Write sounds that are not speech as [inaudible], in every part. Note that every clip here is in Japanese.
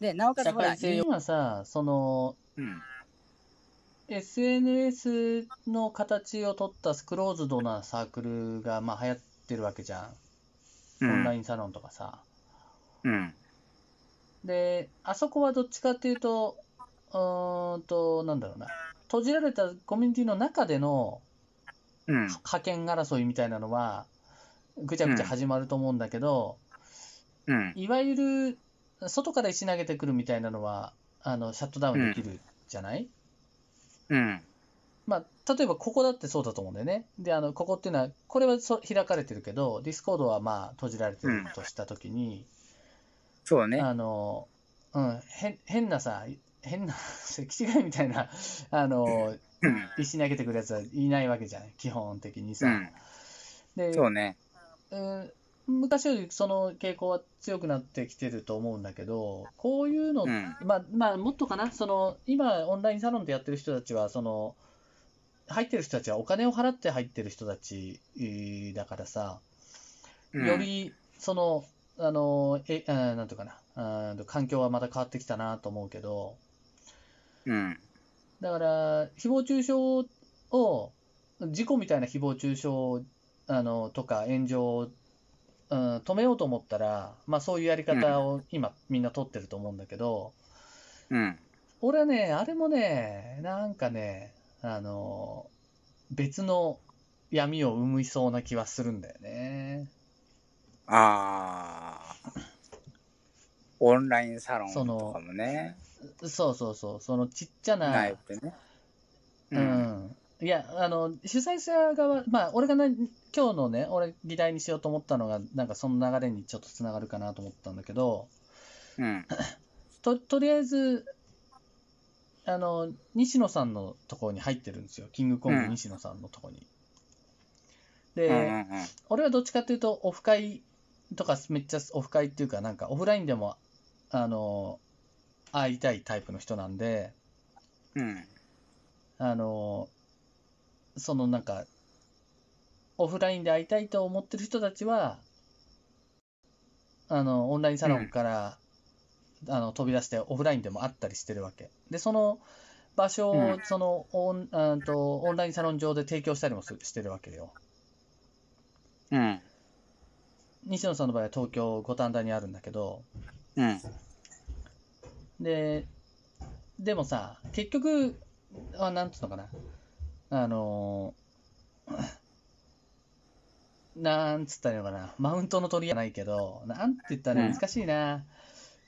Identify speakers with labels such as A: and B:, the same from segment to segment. A: で、なおかつ
B: 社
A: ほら、
B: 会性今さ、その、
C: うん。
B: SNS の形を取ったスクローズドなサークルが、まあ、流行ってるわけじゃ。
C: うん
B: オン
C: ん
B: ラインサロンとかさ。
C: うん。
B: で、あそこはどっちかっていうと、うーんと、なんだろうな。閉じられたコミュニティの中での
C: うん。
B: 派遣争いみたいなのは、ぐちゃぐちゃ始まると思うんだけど、
C: うん。
B: いわゆる、外から石投げてくるみたいなのは、あの、シャットダウンできるじゃない、
C: うん。
B: まあ、例えばここだってそうだと思うんだよね。で、あの、ここっていうのは、これはそ開かれてるけど、ディスコードはまあ、閉じられてるとしたときに、
C: そうだね。
B: あの、うん、へ変なさ、変な、席違いみたいな、あの、
C: うん。
B: 石投げてくるやつはいないわけじゃない基本的に
C: う
B: さ。
C: ん。
B: で、
C: そうね。
B: うん昔よりその傾向は強くなってきてると思うんだけど、こういうのっ
C: うん。
B: まあ、まあ、もっとかな、その、今、オンラインサロンでやってる人たちは、その、入ってる人たちはお金を払って入ってる人たちえーだからさ、
C: うん
B: よ、り、その、あの、え、あーなんていうかなあー、環境はまた変わってきたなと思うけど、
C: うん。
B: だから、誹謗中傷を、事故みたいな誹謗中傷をあのとか炎上を、うん、止めようと思ったら、まあそういうやり方を今、みんな取ってると思うんだけど、
C: うん。
B: 俺はね、あれもね、なんかね、あの、別の闇を生みそうな気はするんだよね。
C: ああ。オンラインサロン
B: その
C: とかもね。
B: そうそうそう、そのちっちゃな、
C: ないってね。
B: う。ん。いや、あの、主催者側、まあ、俺がな、今日のね、俺、議題にしようと思ったのが、なんかその流れにちょっとつながるかなと思ったんだけど、
C: うん。
B: と、とりあえず、あの、西野さんのところに入ってるんですよ。キングコング西野さんのところに。
C: う
B: で、
C: んうんうん。
B: 俺はどっちかっていうと、オフ会とか、めっちゃオフ会っていうか、なんかオフラインでも、あの、会いたいタイプの人なんで、
C: うん。
B: あの、そのなんか、オフラインで会いたいと思ってる人たちは、あの、オンラインサロンから、あの、飛び出してオフラインでも会ったりしてるわけ。で、その場所を、
C: うん
B: その、オン、あーと、オンラインサロン上で提供したりもすしてるわけよ。
C: うん。
B: 西野さんの場合は東京五反田にあるんだけど
C: うん。
B: ででもさ結局あなんつうのかなあのー [clears throat] なんつったらいいのかなマウントの取り合いじゃないけどなんて言ったら
C: うん
B: 難しいな、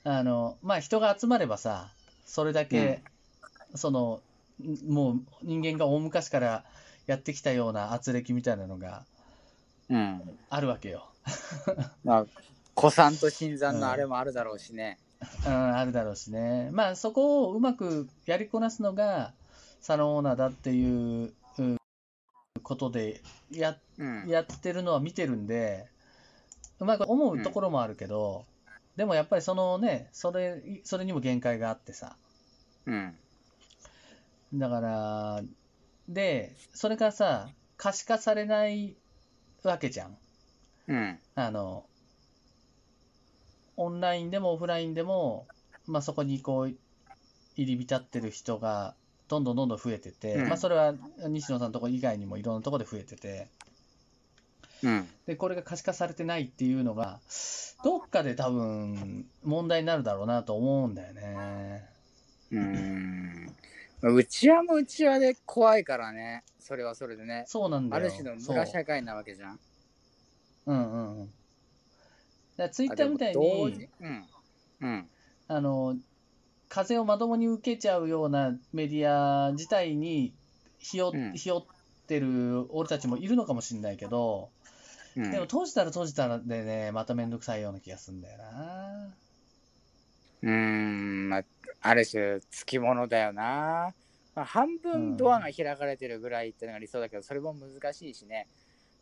B: あのまあ人が集まればさそれだけ、そのんもう人間が大昔からやってきたような圧力みたいなのが
C: うん。
B: あるわけよ。
C: まあ、古参と新参のあれもあるだろうしね。
B: うん、あるだろうしね。まあそこをうまくやりこなすのがサロンオーナーだっていううんことでや
C: うん。
B: やってるのは見てるんで、うまく思うところもあるけど、でもやっぱりそのね、それ、それにも限界があってさ。
C: うん。
B: だから、で、それがさ、可視化されないわけじゃん。
C: うん。
B: あの、オンラインでもオフラインでも、まあ、そこにこう、入り浸ってる人が、どんどんどんどん増えてて、
C: うん
B: まあ、それは西野さんのとこ以外にもいろんなとこで増えてて、
C: うん。
B: で、これが可視化されてないっていうのが、どっかで多分、問題になるだろうなと思うんだよね。
C: うん。まあうちわもうちわで怖いからね。それはそれでね。
B: そうなんだ
C: あ
B: よ。
C: る種の
B: そう。
C: 村社会なわけじゃん。
B: うんうんうん。だからツイッ
C: あ
B: タ
C: で
B: ー
C: も
B: みたい
C: 同
B: に
C: 時、うん。うん。
B: あの、風をまともに受けちゃうようなメディア自体にひよ,、
C: うん
B: ひよってる俺たちもいるのかもしれないけど、
C: うん
B: でも閉じたら閉じたらでね、まためんどくさいような気がするんだよな。
C: うーん、まあ、ある種、つきものだよな。まあ、半分ドアが開かれてるぐらいってのが理想だけど、それも難しいしね。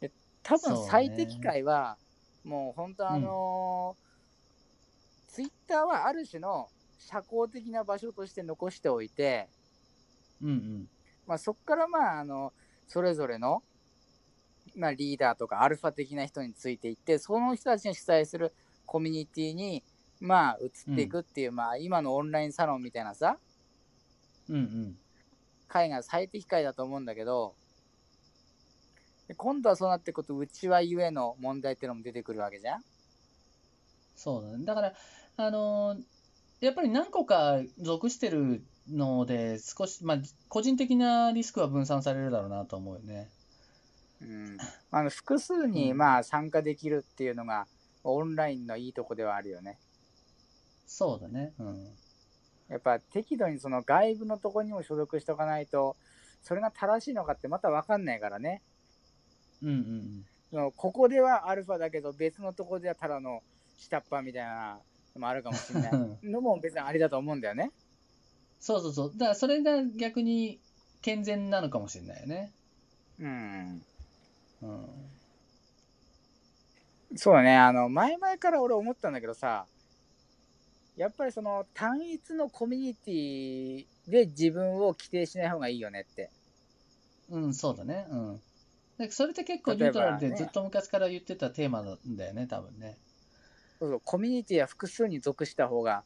C: で多
B: そう
C: 分
B: ね
C: 最適解は、もう本当あのツイッター Twitter はある種の社交的な場所として残しておいて、
B: うんうん。
C: まあ、そこからまああのそれぞれの、まあ、リーダーとかアルファ的な人についていってその人たちが主催するコミュニティに、まあ、移っていくっていう、まあ、今のオンラインサロンみたいなさ、
B: うんうん。
C: 会が最適解だと思うんだけど、で今度はそうなってくると、うちはゆえの問題っていうのも出てくるわけじゃん。
B: そうだね。だから、あのーやっぱり何個か属してるので、少し、まあ、個人的なリスクは分散されるだろうなと思うよね。
C: うん、あの複数に
B: うん
C: まあ参加できるっていうのが、オンラインのいいとこではあるよね。
B: そうだね。うん。
C: やっぱ適度にその外部のとこにも所属しておかないと、それが正しいのかってまた分かんないからね。
B: うんうんうん。
C: そのここではアルファだけど、別のとこではただの下っ端みたいなのもあるかもしれないのも別にありだと思うんだよね。
B: そうそうそう。だから、それが逆に健全なのかもしれないよね。
C: うん。
B: うん。
C: そうだね。あの、前々から俺思ったんだけどさ、やっぱりその単一のコミュニティで自分を規定しない方がいいよねって。
B: うん、そうだね。うん。だからそれって結構ニ
C: 例え
B: ュー
C: ば
B: トラルで
C: ね
B: ずっと昔から言ってたテーマなんだよね、多分ね。
C: そうそう、コミュニティは複数に属した方が、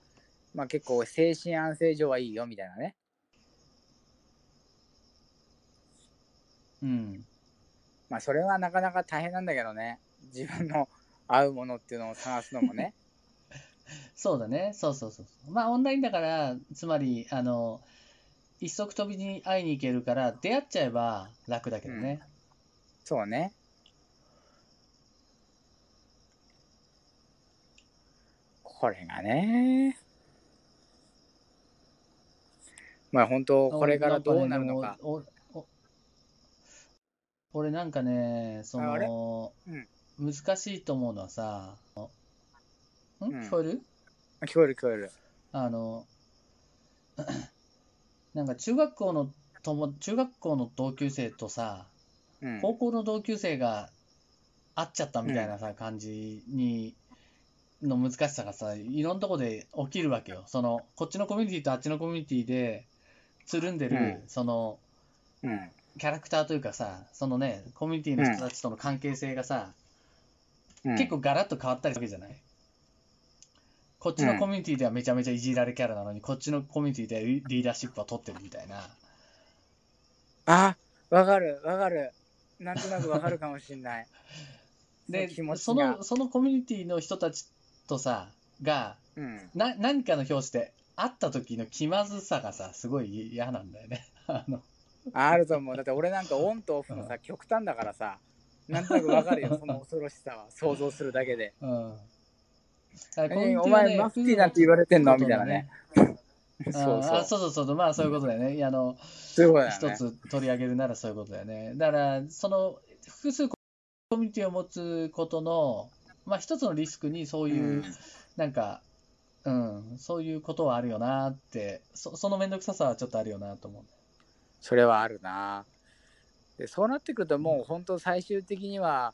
C: まあ結構精神安静上はいいよみたいなね。
B: うん。
C: まあそれはなかなか大変なんだけどね。自分の合うものっていうのを探すの
B: [laughs]
C: もね。
B: そうだね。そうそうそうそう。まあ、オンラインだから、つまり、あの、一足飛びに会いに行けるから、出会っちゃえば楽だけどね。
C: そうね。これがね。まあ本当、これからどうなるのか。
B: お。おお俺なんかね、そ
C: ああれ
B: の、難しいと思うのはさ、ん
C: ん
B: 聞こえる
C: 聞こえる聞こえる。
B: あの、 [clears throat] なんか中学校の友、中学校の同級生とさ、
C: うん。
B: 高校の同級生が会っちゃったみたいなさ、感じに、の難しさがさ、いろんなとこで起きるわけよ。その、こっちのコミュニティとあっちのコミュニティで、つるんでる
C: う、
B: その、
C: うん。
B: キャラクターというかさ、そのね、コミュニティの人たちとの関係性がさ、
C: うん
B: 結構ガラッと変わったりするわけじゃないこっちの
C: うん
B: コミュニティではめちゃめちゃいじられキャラなのに、こっちのコミュニティではリリーダーシップは取ってるみたいな。
C: あ、わかるわかる。なんとなくわかるかもしんない。
B: [laughs] で、
C: 気持ち
B: そ
C: が
B: の、。そのコミュニティの人たちとさ、が、
C: うん。
B: な、何かの表紙で会った時の気まずさがさ、すごい嫌なんだよね。 [laughs] あの、
C: あると思う。だって俺なんかオンとオフのさ、極端だからさ、なんとなくわかる
B: [laughs]
C: よ、その恐ろしさは。想像するだけで。
B: うん。だからコミュニティ
C: え
B: は
C: お前、
B: ね
C: マフティーなんて言われてんのみたいなね。。そう
B: そうそう
C: そ
B: あ
C: う。
B: そうそうそうそう、まあそういうことだよね。いやあの、
C: すごいよ
B: 一
C: ね。
B: つ取り上げるならそういうことだよね。だから、その複数コミュニティを持つことの、まあ一つのリスクにそういう、
C: うん
B: なんか、うん、そういうことはあるよなって、そその面倒くささはちょっとあるよなと思う。
C: それはあるな。で、そうなってくると、もう本当最終的には、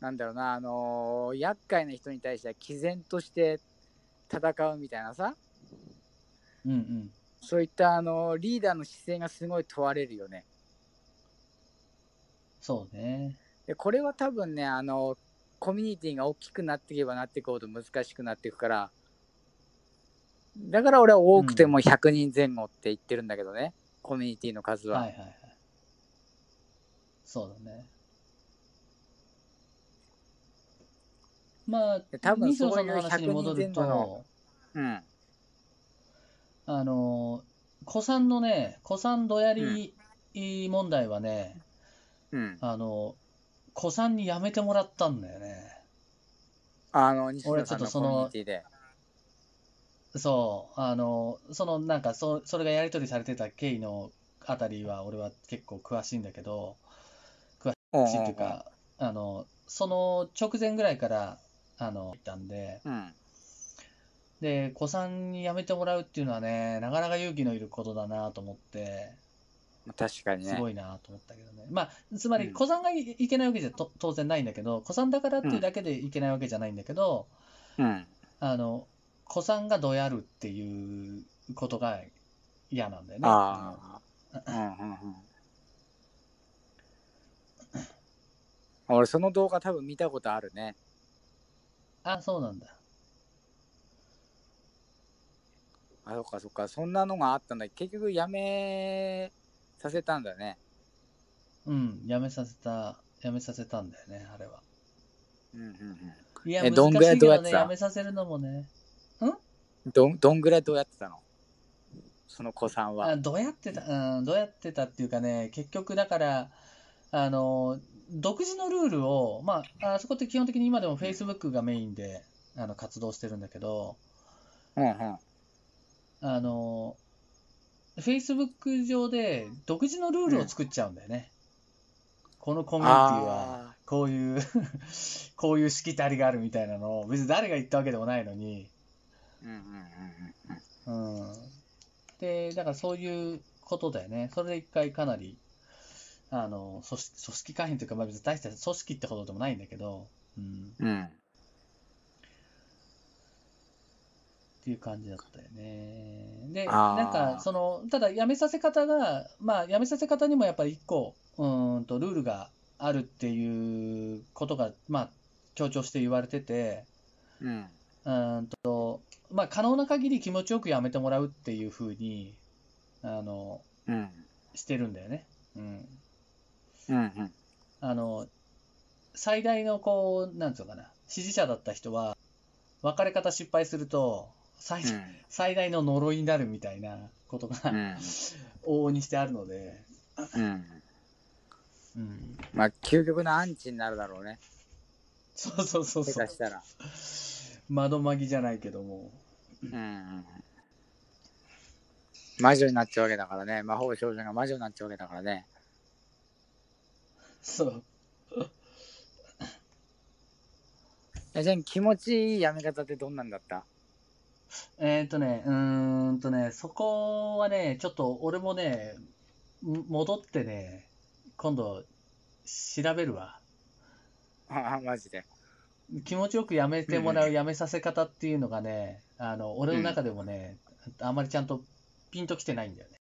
C: なんだろうな、あのー厄介な人に対しては毅然として戦うみたいなさ、
B: うんうん。
C: そういった、あのーリーダーの姿勢がすごい問われるよね。
B: そうね。
C: でこれは多分ねあのコミュニティが大きくなっていけばなっていくほど難しくなっていくからだから俺は多くても100人前後って言ってるんだけどね、コミュニティの数は、
B: はいはいはい。そうだね。まあ、
C: 多分
B: 西野
C: そ
B: さ
C: うんいう
B: の話に戻る
C: 100人前後
B: と
C: の、うん
B: あのー、古参のね、古参どやり問題はね、
C: うん
B: あのー、古参にやめてもらったんだよね。
C: あの西野さん
B: 俺ちょっと
C: の
B: そ
C: コ
B: の
C: ミュニティで
B: そう、あのー、そのなんかそ、それがやり取りされてた経緯のあたりは、俺は結構詳しいんだけど、詳しいっていうか、あのー、その直前ぐらいから、あの、行ったんで、
C: うんうん
B: で、古参にやめてもらうっていうのはね、なかなか勇気のいることだなと思って、
C: 確かに
B: す
C: ね
B: ごいなと思ったけどね。まあ、つまり、
C: うん
B: 古参がいいけないわけじゃと当然ないんだけど、古参だからっていうだけでいけないわけじゃないんだけど、
C: うん
B: あの、古参がどやるっていうことが嫌なんだよね。
C: ああうんうんうん俺その動画多分見たことあるね
B: あ、そうなんだ。
C: あ、そっかそっか、そんなのがあったんだ。結局やめさせたんだね。
B: うん、やめさせた、やめさせたんだよね、あれは。
C: うんうんうん。
B: いや、
C: え
B: 難
C: どんぐら
B: し
C: い
B: いけ
C: どうや
B: ど
C: って
B: ね、
C: た
B: やめさせるのもね。
C: どん、どんぐらいどうやってたのその子さんは。
B: あ、どうやってた、うん、どうやってたっていうかね、結局だから、あの、独自のルールを、まあ、あそこって基本的に今でも Facebook がメインで、あの、活動してるんだけど、
C: うんうん。
B: あの、Facebook 上で独自のルールを作っちゃうんだよね。このコミュニティは、
C: あ
B: こういう、 [laughs] こういうしきたりがあるみたいなのを、別に誰が言ったわけでもないのに、
C: ーうんうんうんうんうん。
B: うん。で、だからそういうことだよね。それで一回かなり、あの、組織、組織改変というか、まあ別に大した組織ってほどでもないんだけど、うん、
C: うん。
B: っていう感じだったよね。で、
C: あー
B: なんか、その、ただ辞めさせ方が、まあ辞めさせ方にもやっぱり一個、うーんと、ルールがあるっていうことが、まあ、強調して言われてて、
C: うん。
B: うーんと、まあ可能な限り気持ちよく辞めてもらうっていうふうに、あの、
C: うん。
B: してるんだよね。うん。
C: うんうん。
B: あの、最大のこう、なんつうのかな、支持者だった人は、別れ方失敗すると、最、最大の呪いになるみたいなことが、
C: うん。うん。
B: 往々にしてあるので、
C: うん。
B: うん。
C: まあ、究極のアンチになるだろうね。
B: そうそうそう
C: 下
B: そう
C: 手。したら。
B: 窓まぎじゃないけども。
C: うんうんうん。魔女になっちゃうわけだからね。魔法少女が魔女になっちゃうわけだからね。
B: そう。
C: えじゃあ気持ちいいやめ方ってどんなんだった [laughs]
B: えっ、ー、とね、うーんとね、そこはね、ちょっと俺もね、ん戻ってね、今度、調べるわ。
C: ああ、マジで。
B: 気持ちよくやめてもら
C: う
B: う、やめさせ方っていうのがね、あの、俺の中でもね、あんまりちゃんとピンときてないんだよね。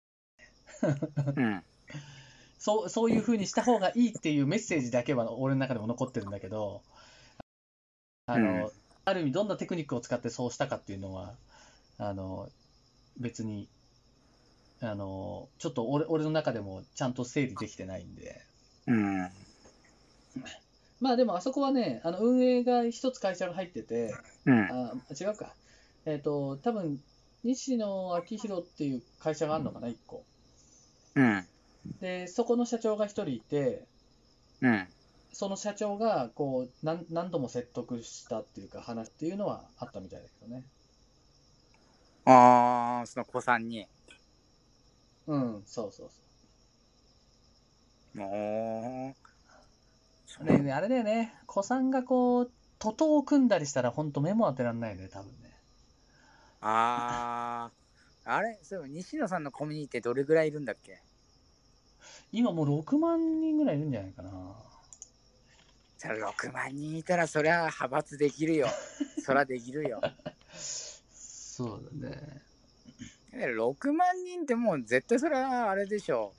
C: うん。
B: そう、そういう風にした方がいいっていうメッセージだけは俺の中でも残ってるんだけど、あの、
C: うん
B: ある意味どんなテクニックを使ってそうしたかっていうのは、あの、別に、あの、ちょっと俺、俺の中でもちゃんと整理できてないんで。
C: うん。
B: まあでもあそこはね、あの、運営が一つ会社が入ってて、
C: うん。
B: あ、違うか。えっ、と、多分、西野昭弘っていう会社があるのかな、一個。
C: うん。
B: で、そこの社長が一人いて、
C: うん。
B: その社長が、こう、なん何度も説得したっていうか、話っていうのはあったみたいだけどね。
C: ああ、その子さんに。
B: うん、そうそうそ。
C: おーそうれ
B: ねねあれだよね、子さんがこう、徒党を組んだりしたら、ほんと目も当てらんないよね、多分ね。
C: あ [laughs] あ、あれそういえば西野さんのコミュニティどれぐらいいるんだっけ
B: 今もう6万人ぐらいいるんじゃないかな。
C: じゃあ6万人いたらそりゃ派閥できる
B: [laughs]
C: よ。そりゃできるよ。
B: そうだね。
C: え6万人ってもう絶対それはあれでしょ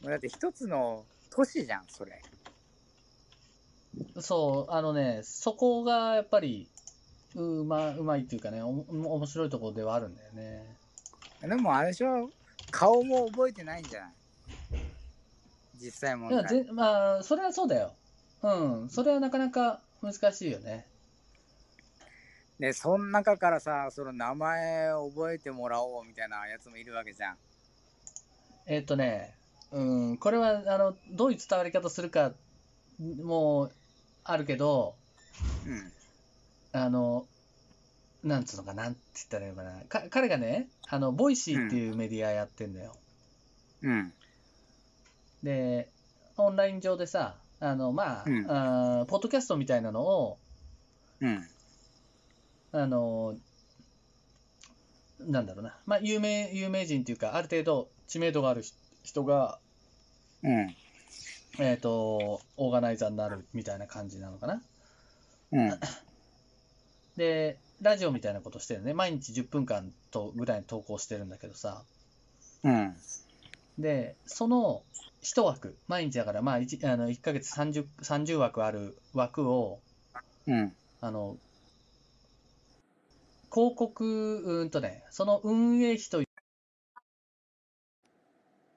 C: う。もうだって一つの都市じゃん、それ。
B: そう、あのね、そこがやっぱり、うま、うまいっていうかね、おも、面白いところではあるんだよね。
C: でもあれでしょ顔も覚えてないんじゃない実際問
B: いや、
C: 題。
B: ぜ、まあ、それはそうだよ。うん、それはなかなか難しいよね。
C: で、その中からさ、その名前覚えてもらおうみたいなやつもいるわけじゃん。
B: えっとね、うん、これは、あの、どういう伝わり方するか、もう、あるけど、
C: うん。
B: あの、なんつうのかな、なんて言ったらいいのかな。か、彼がね、あの、ボイシーっていうメディアやってんだよ。
C: うん。
B: で、オンライン上でさ、あの、まあ、
C: うん
B: あーポッドキャストみたいなのを、
C: うん。
B: あの、なんだろうな、まあ、有名、有名人っていうか、ある程度知名度がある人人が、
C: うん。
B: えっ、と、オーガナイザーになるみたいな感じなのかな。
C: うん。
B: で、ラジオみたいなことしてるね。毎日10分間とぐらいに投稿してるんだけどさ。
C: うん。
B: で、その1枠、毎日だから、まあ1、あの1ヶ月 30, 30枠ある枠を、
C: うん。
B: あの、広告、うーんとね、その運営費という、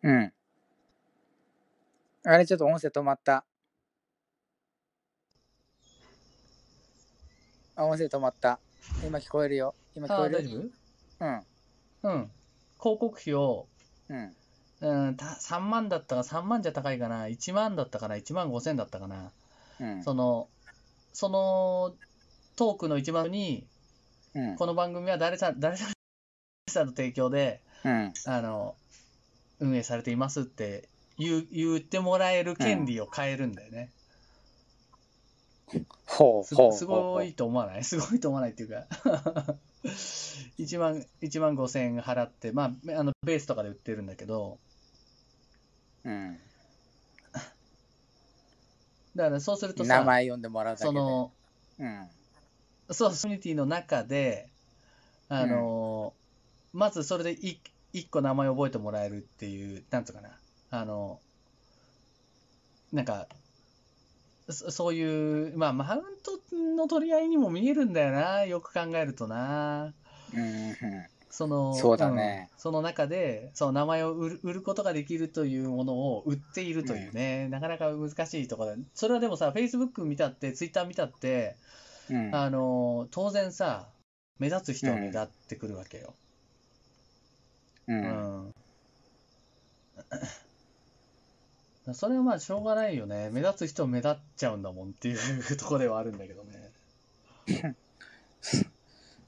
C: うん。あれ、ちょっと音声止まった。あ、音声止まった。今聞こえるよ。今聞
B: あ
C: こ
B: ー
C: え
B: 大
C: る。
B: 丈
C: うん。
B: 夫うん。広告費を、
C: うん。
B: うん、た3万だったか、3万じゃ高いかな、1万だったかな、1万5千だったかな、
C: うん。
B: その、そのトークの一番に、
C: うん。
B: この番組は誰さん、誰さんさんの提供で、
C: うん。
B: あの、運営されていますって言う言ってもらえる権利を変えるんだよね。
C: ほう
B: す
C: ほうほうほう。
B: すごいと思わないす [laughs] ごいと思わないっていうか [laughs] 1万1万5000円払って、まあ、あのベースとかで売ってるんだけど
C: うん。
B: だからそうすると
C: 名
B: さ
C: 前呼んでもらうだけで。
B: その
C: うん。
B: そうコミュニティの中であの、まずそれで 1, 個名前覚えてもらえるっていうなんつうかなあのなんかそそういう、まあ、マウントの取り合いにも見えるんだよなよく考えるとな。
C: うん。うん
B: その
C: そうだね
B: うんその中でその名前を売る売ることができるというものを売っているというね、なかなか難しいところだそれはでもさ Facebook 見たって Twitter 見たって、
C: うん。
B: あの当然さ目立つ人は目立ってくるわけよ、
C: う。
B: うんん [laughs] それはまあしょうがないよね目立つ人は目立っちゃうんだもんっていうところではあるんだけどね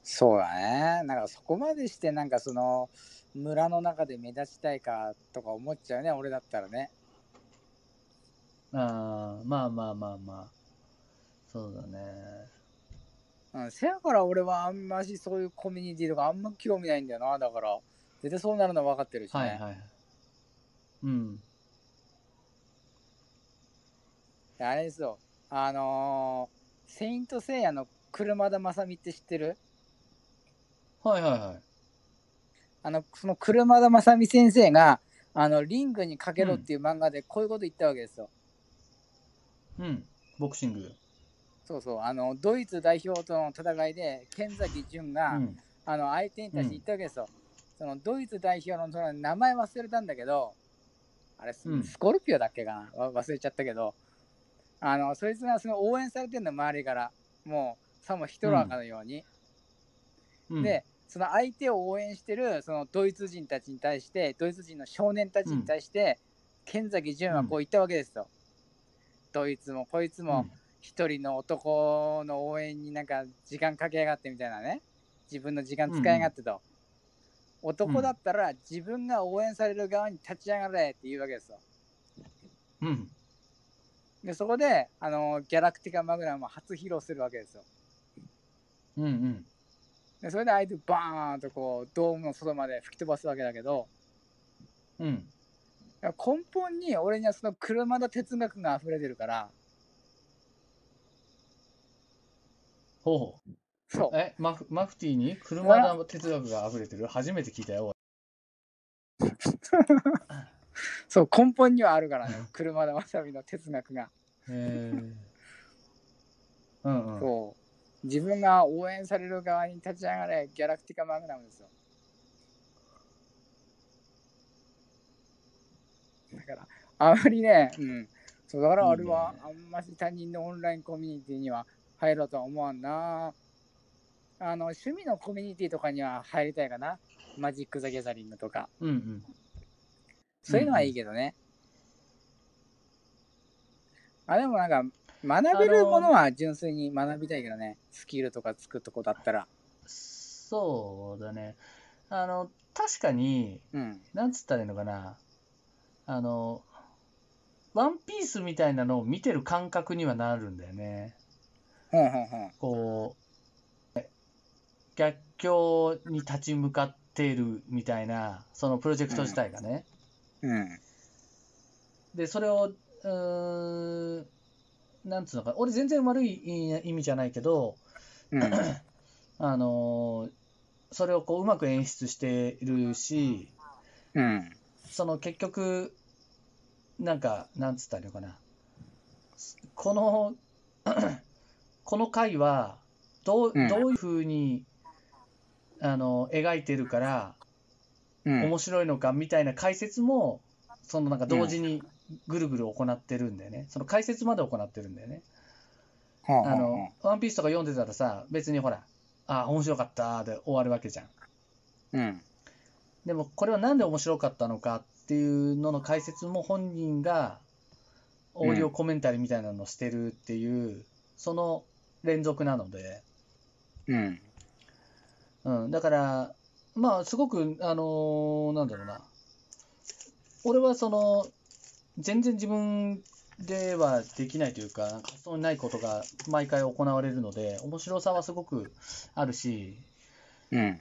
C: そうだね。なんかそこまでして、なんかその、村の中で目立ちたいかとか思っちゃうね、俺だったらね。
B: あーまあまあまあまあそうだね
C: うん。せやから俺はあんましそういうコミュニティとかあんま興味ないんだよな。だから、絶対そうなるのは分かってるしね。
B: はいはい。うん。
C: あれですよ。あのーセイントセイヤの車田正美って知ってる
B: はいはいはい。
C: あの、その車田正美先生が、あの、リングにかけろっていう漫画でこういうこと言ったわけですよ。
B: うん。ボクシング。
C: そうそう。あの、ドイツ代表との戦いで、剣崎潤
B: う
C: が、
B: ん。
C: あの、相手に対して言ったわけですよ。その、ドイツ代表のその名前忘れたんだけど、あれ、ス
B: うん
C: スコルピオだっけかなわ忘れちゃったけど、あの、そいつがその応援されてるの、周りから。もう、さもヒトラーかのように。
B: うん、
C: で、その相手を応援してるそのドイツ人たちに対して、ドイツ人の少年たちに対して、剣崎潤はこう言ったわけですよ。どいつもこいつ
B: うん
C: も一人の男の応援になんか時間かけやがってみたいなね。自分の時間使いやがってと。男だったら自分が応援される側に立ち上がれって言うわけですよ。
B: うん。
C: で、そこで、あの、ギャラクティカ・マグナムを初披露するわけですよ。
B: うんうん。
C: で、それで相手バーンとこう、ドームの外まで吹き飛ばすわけだけど、
B: うん。
C: 根本に俺にはその車の哲学が溢れてるから
B: ほうほう。
C: そ
B: え、マフマフティーに車の哲学が溢れてる初めて聞いたよ。
C: うそう根本にはあるからね車のわさびの哲学が、
B: へえ。うんうん。
C: そう自分が応援される側に立ち上がれギャラクティカ・マグナムですよだからあまりねうんそうだから俺はい
B: いね
C: あんまし他人のオンラインコミュニティには入ろうとは思わんなあの趣味のコミュニティとかには入りたいかなマジック・ザ・ギャザリングとか
B: うんうん。
C: そういうのはいいけどね。あ、でもなんか、学べるものは純粋に学びたいけどね。スキルとかつくとこだったら。
B: そうだね。あの、確かに、
C: うん。
B: なんつったらいいのかな。あの、ワンピースみたいなのを見てる感覚にはなるんだよね。
C: ほんほんほん。
B: こう、逆境に立ち向かっているみたいな、そのプロジェクト自体がね。
C: うん。
B: で、それを、うーん、なんつうのか、俺全然悪い意味じゃないけど、
C: うん。
B: あのーそれをこう、うまく演出しているし、
C: うん。
B: その結局、なんか、なんつったらいいのかな。この、 [coughs] この回は、どう、
C: うん
B: どういうふうに、あの描いてるから
C: うん
B: 面白いのかみたいな解説もそのなんか同時にぐるぐる行ってるんだよね。その解説まで行ってるんだよね。
C: はあ
B: あ
C: は
B: の、ワンピースとか読んでたらさ、別にほら、あー面白かったで終わるわけじゃん。
C: あうん
B: でもこれはなんで面白かったのかっていうのの解説も本人がオーディオコメンタリーみたいなのをしてるっていう、その連続なので、
C: うん
B: うん、だから、まあ、すごく、あのーなんだろうな、俺はその、全然自分ではできないというか、なんか発想にないことが毎回行われるので、面白さはすごくあるし、
C: うん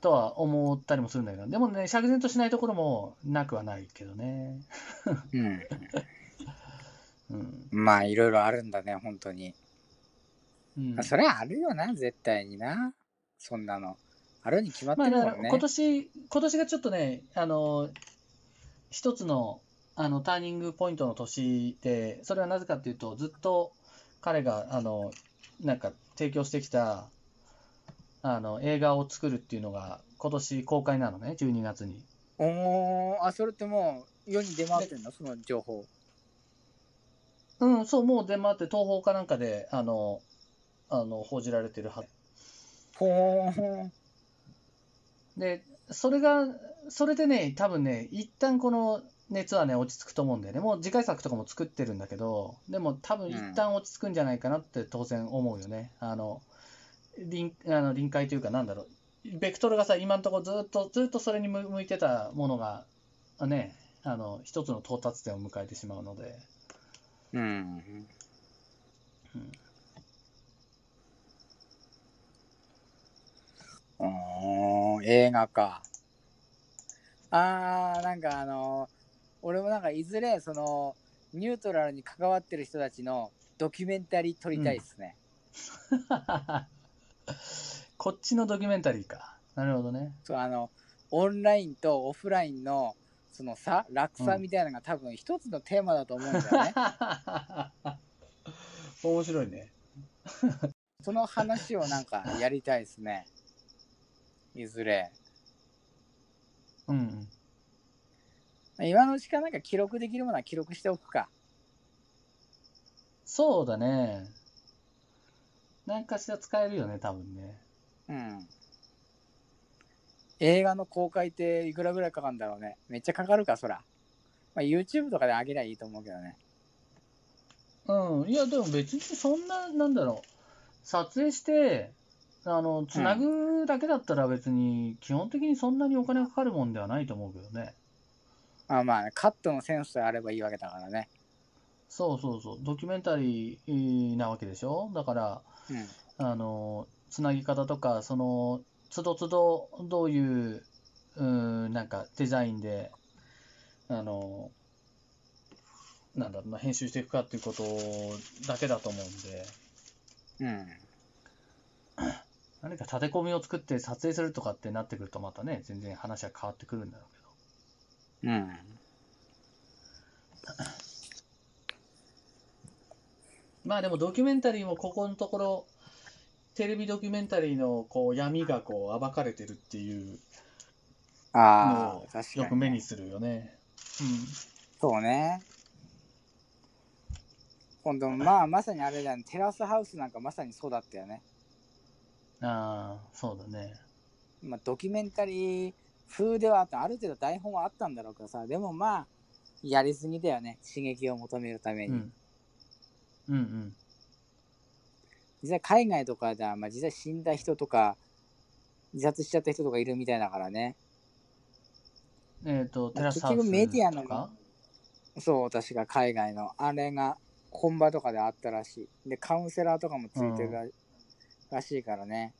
B: とは思ったりもするんだけど、でもね、釈然としないところもなくはないけどね。
C: うん
B: うん。
C: まあいろいろあるんだね本当に、
B: うん
C: まあ、それはあるよな絶対になそんなのあるに決まって
B: まあ、
C: る
B: だか
C: も
B: ら
C: んね、
B: 今年、今年がちょっとね、あの、一つの、あの、ターニングポイントの年で、それはなぜかっていうと、ずっと彼が、あの、なんか提供してきた、あの、映画を作るっていうのが、今年公開なのね、12月に。
C: おーあそれってもう世に出回ってんのその情報
B: うん、そう、もう出回って、東宝かなんかで、あの、あの、報じられてるはず
C: ほーん
B: で、それが、それでね、多分ね、一旦この熱はね、落ち着くと思うんだよね。もう次回作とかも作ってるんだけど、でも多分
C: うん
B: 一旦落ち着くんじゃないかなって当然思うよね。あの、臨あの臨界というか、なんだろう。ベクトルがさ、今のところずっと、ずっとそれに向向いてたものが、ね、あの、一つの到達点を迎えてしまうので。
C: うん
B: うん
C: おー映画かあーなんかあのー俺もなんかいずれそのニュートラルに関わってる人たちのドキュメンタリー撮りたいですね、
B: こっちのドキュメンタリーか。なるほどね。
C: そうあのオンラインとオフラインのその差落差みたいなのが多分一つのテーマだと思うんだよ
B: [laughs]
C: ね
B: 面白いね。
C: その話をなんかやりたいですねいずれ
B: うんうん。
C: 今のうちからなんか記録できるものは記録しておくか
B: そうだね。何かしら使えるよね、多分ね。
C: うん映画の公開っていくらぐらいかかるんだろうねめっちゃかかるかそら、まあ、YouTube とかで上げりゃいいと思うけどね
B: うん。いや、でも別にそんな、なんだろう。撮影して、あの、つなぐだけだったら別に、基本的にそんなにお金がかかるもんではないと思うけどね。
C: まあまあねカットのセンスがあればいいわけだからね
B: そうそうそう。ドキュメンタリーなわけでしょだから、
C: うん
B: あの、つなぎ方とか、その、つどつど、どういう、うーん、なんかデザインで、あの、なんだろうな、編集していくかっていうことだけだと思うんで、
C: うん
B: 何か立て込みを作って撮影するとかってなってくるとまたね、全然話は変わってくるんだろうけど。
C: うん
B: まあでもドキュメンタリーもここのところ、テレビドキュメンタリーのこう闇がこう暴かれてるっていうの
C: あ
B: を
C: あ、確か
B: よ
C: に。
B: く目にするよね。うん。
C: そうね。今度、まあ、まさにあれだね。テラスハウスなんかまさにそうだったよね。
B: ああ、そうだね。
C: まあ、ドキュメンタリー風ではあった。ある程度台本はあったんだろうけどさ。でもまあ、やりすぎだよね。刺激を求めるため
B: う
C: に。
B: ん。うんうん。
C: 実際海外とかでは、まあ、実際死んだ人とか、自殺しちゃった人とかいるみたいだからね。
B: えっ、と、テラス
C: 結
B: ハウス
C: 局メディアの
B: とか
C: そう、確か海外の。あれが、本場とかであったらしい。で、カウンセラーとかもついてるら,、らしいからね。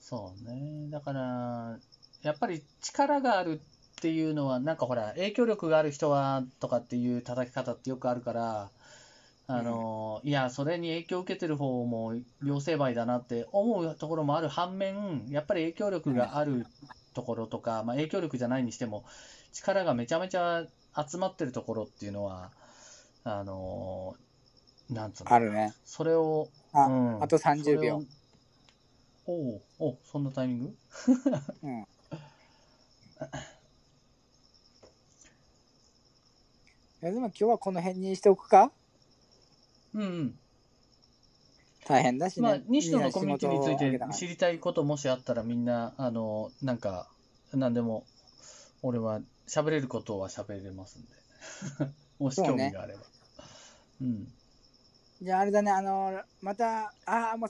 B: そうね。だから、やっぱり力があるっていうのは、なんかほら、影響力がある人はとかっていう叩き方ってよくあるから、あの、いや、それに影響を受けてる方も両成敗だなって思うところもある反面、やっぱり影響力があるところとか、まあ影響力じゃないにしても、力がめちゃめちゃ集まってるところっていうのは、あの、なんつうの
C: あるね。
B: それを、
C: あ
B: うん
C: あと
B: そ
C: 30秒
B: れをおうお、そんなタイミング
C: うん。えでも今日はこの辺にしておくか
B: うんうん。
C: 大変だしね。
B: まあ、西野のコミュニティについて
C: みんな仕事をあげたから
B: 知りたいこともしあったら、みんな、あの、なんか、なんでも、俺は喋れることは喋れますんで。 [laughs] もし興味があれば。うん。
C: じゃああれだね、あの、また、ああ、もう